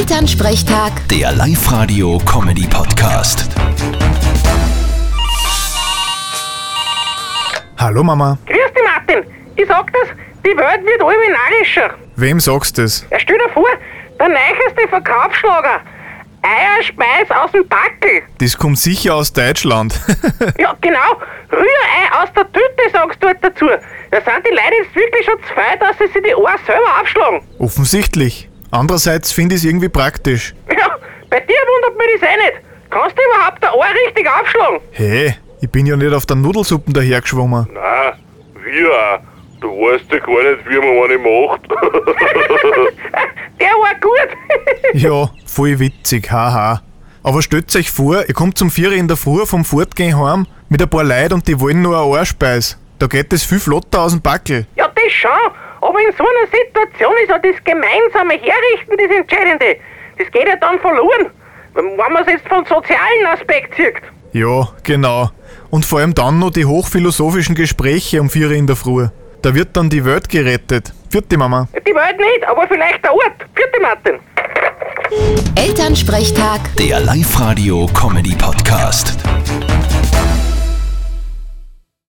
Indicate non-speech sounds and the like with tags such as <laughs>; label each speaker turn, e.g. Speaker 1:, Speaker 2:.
Speaker 1: Elternsprechtag,
Speaker 2: Der Live-Radio-Comedy-Podcast.
Speaker 3: Hallo Mama,
Speaker 4: Grüß dich, Martin. Ich sag das, die Welt wird immer narrischer.
Speaker 3: wem sagst du das?
Speaker 4: Ja, stell dir vor, der neueste Verkaufsschlager. Eierspeis aus dem Backel.
Speaker 3: Das kommt sicher aus Deutschland. <laughs>
Speaker 4: Ja, genau. Rührei aus der Tüte, sagst du halt dazu. Da sind die Leute jetzt wirklich schon zu fein, dass sie sich die Ohren selber abschlagen.
Speaker 3: Offensichtlich. Andererseits finde ich es irgendwie praktisch.
Speaker 4: Ja, bei dir wundert mich das eh nicht. Kannst du überhaupt der Ohr richtig abschlagen?
Speaker 3: Hä? ich bin ja nicht auf der Nudelsuppen dahergeschwommen.
Speaker 5: Ah, wir auch. Du weißt ja gar nicht, wie man eine macht.
Speaker 4: Der war gut. <laughs>
Speaker 3: Ja, voll witzig, haha. Aber stellt euch vor, ihr kommt zum Vierer in der Früh vom Fortgehen heim mit ein paar Leuten und die wollen nur eine Ohrspeis. Da geht das viel flotter aus dem Backel.
Speaker 4: Ja, das schon. Aber in so einer Situation ist ja das gemeinsame Herrichten das Entscheidende. Das geht ja dann verloren, wenn man es jetzt vom sozialen Aspekt sieht.
Speaker 3: Ja, genau. Und vor allem dann noch die hochphilosophischen Gespräche um Vierer in der Früh. Da wird dann die Welt gerettet. Vierte Mama.
Speaker 4: Die Welt nicht, aber vielleicht der Ort. Vierte Martin.
Speaker 1: Elternsprechtag.
Speaker 2: Der Live-Radio-Comedy-Podcast.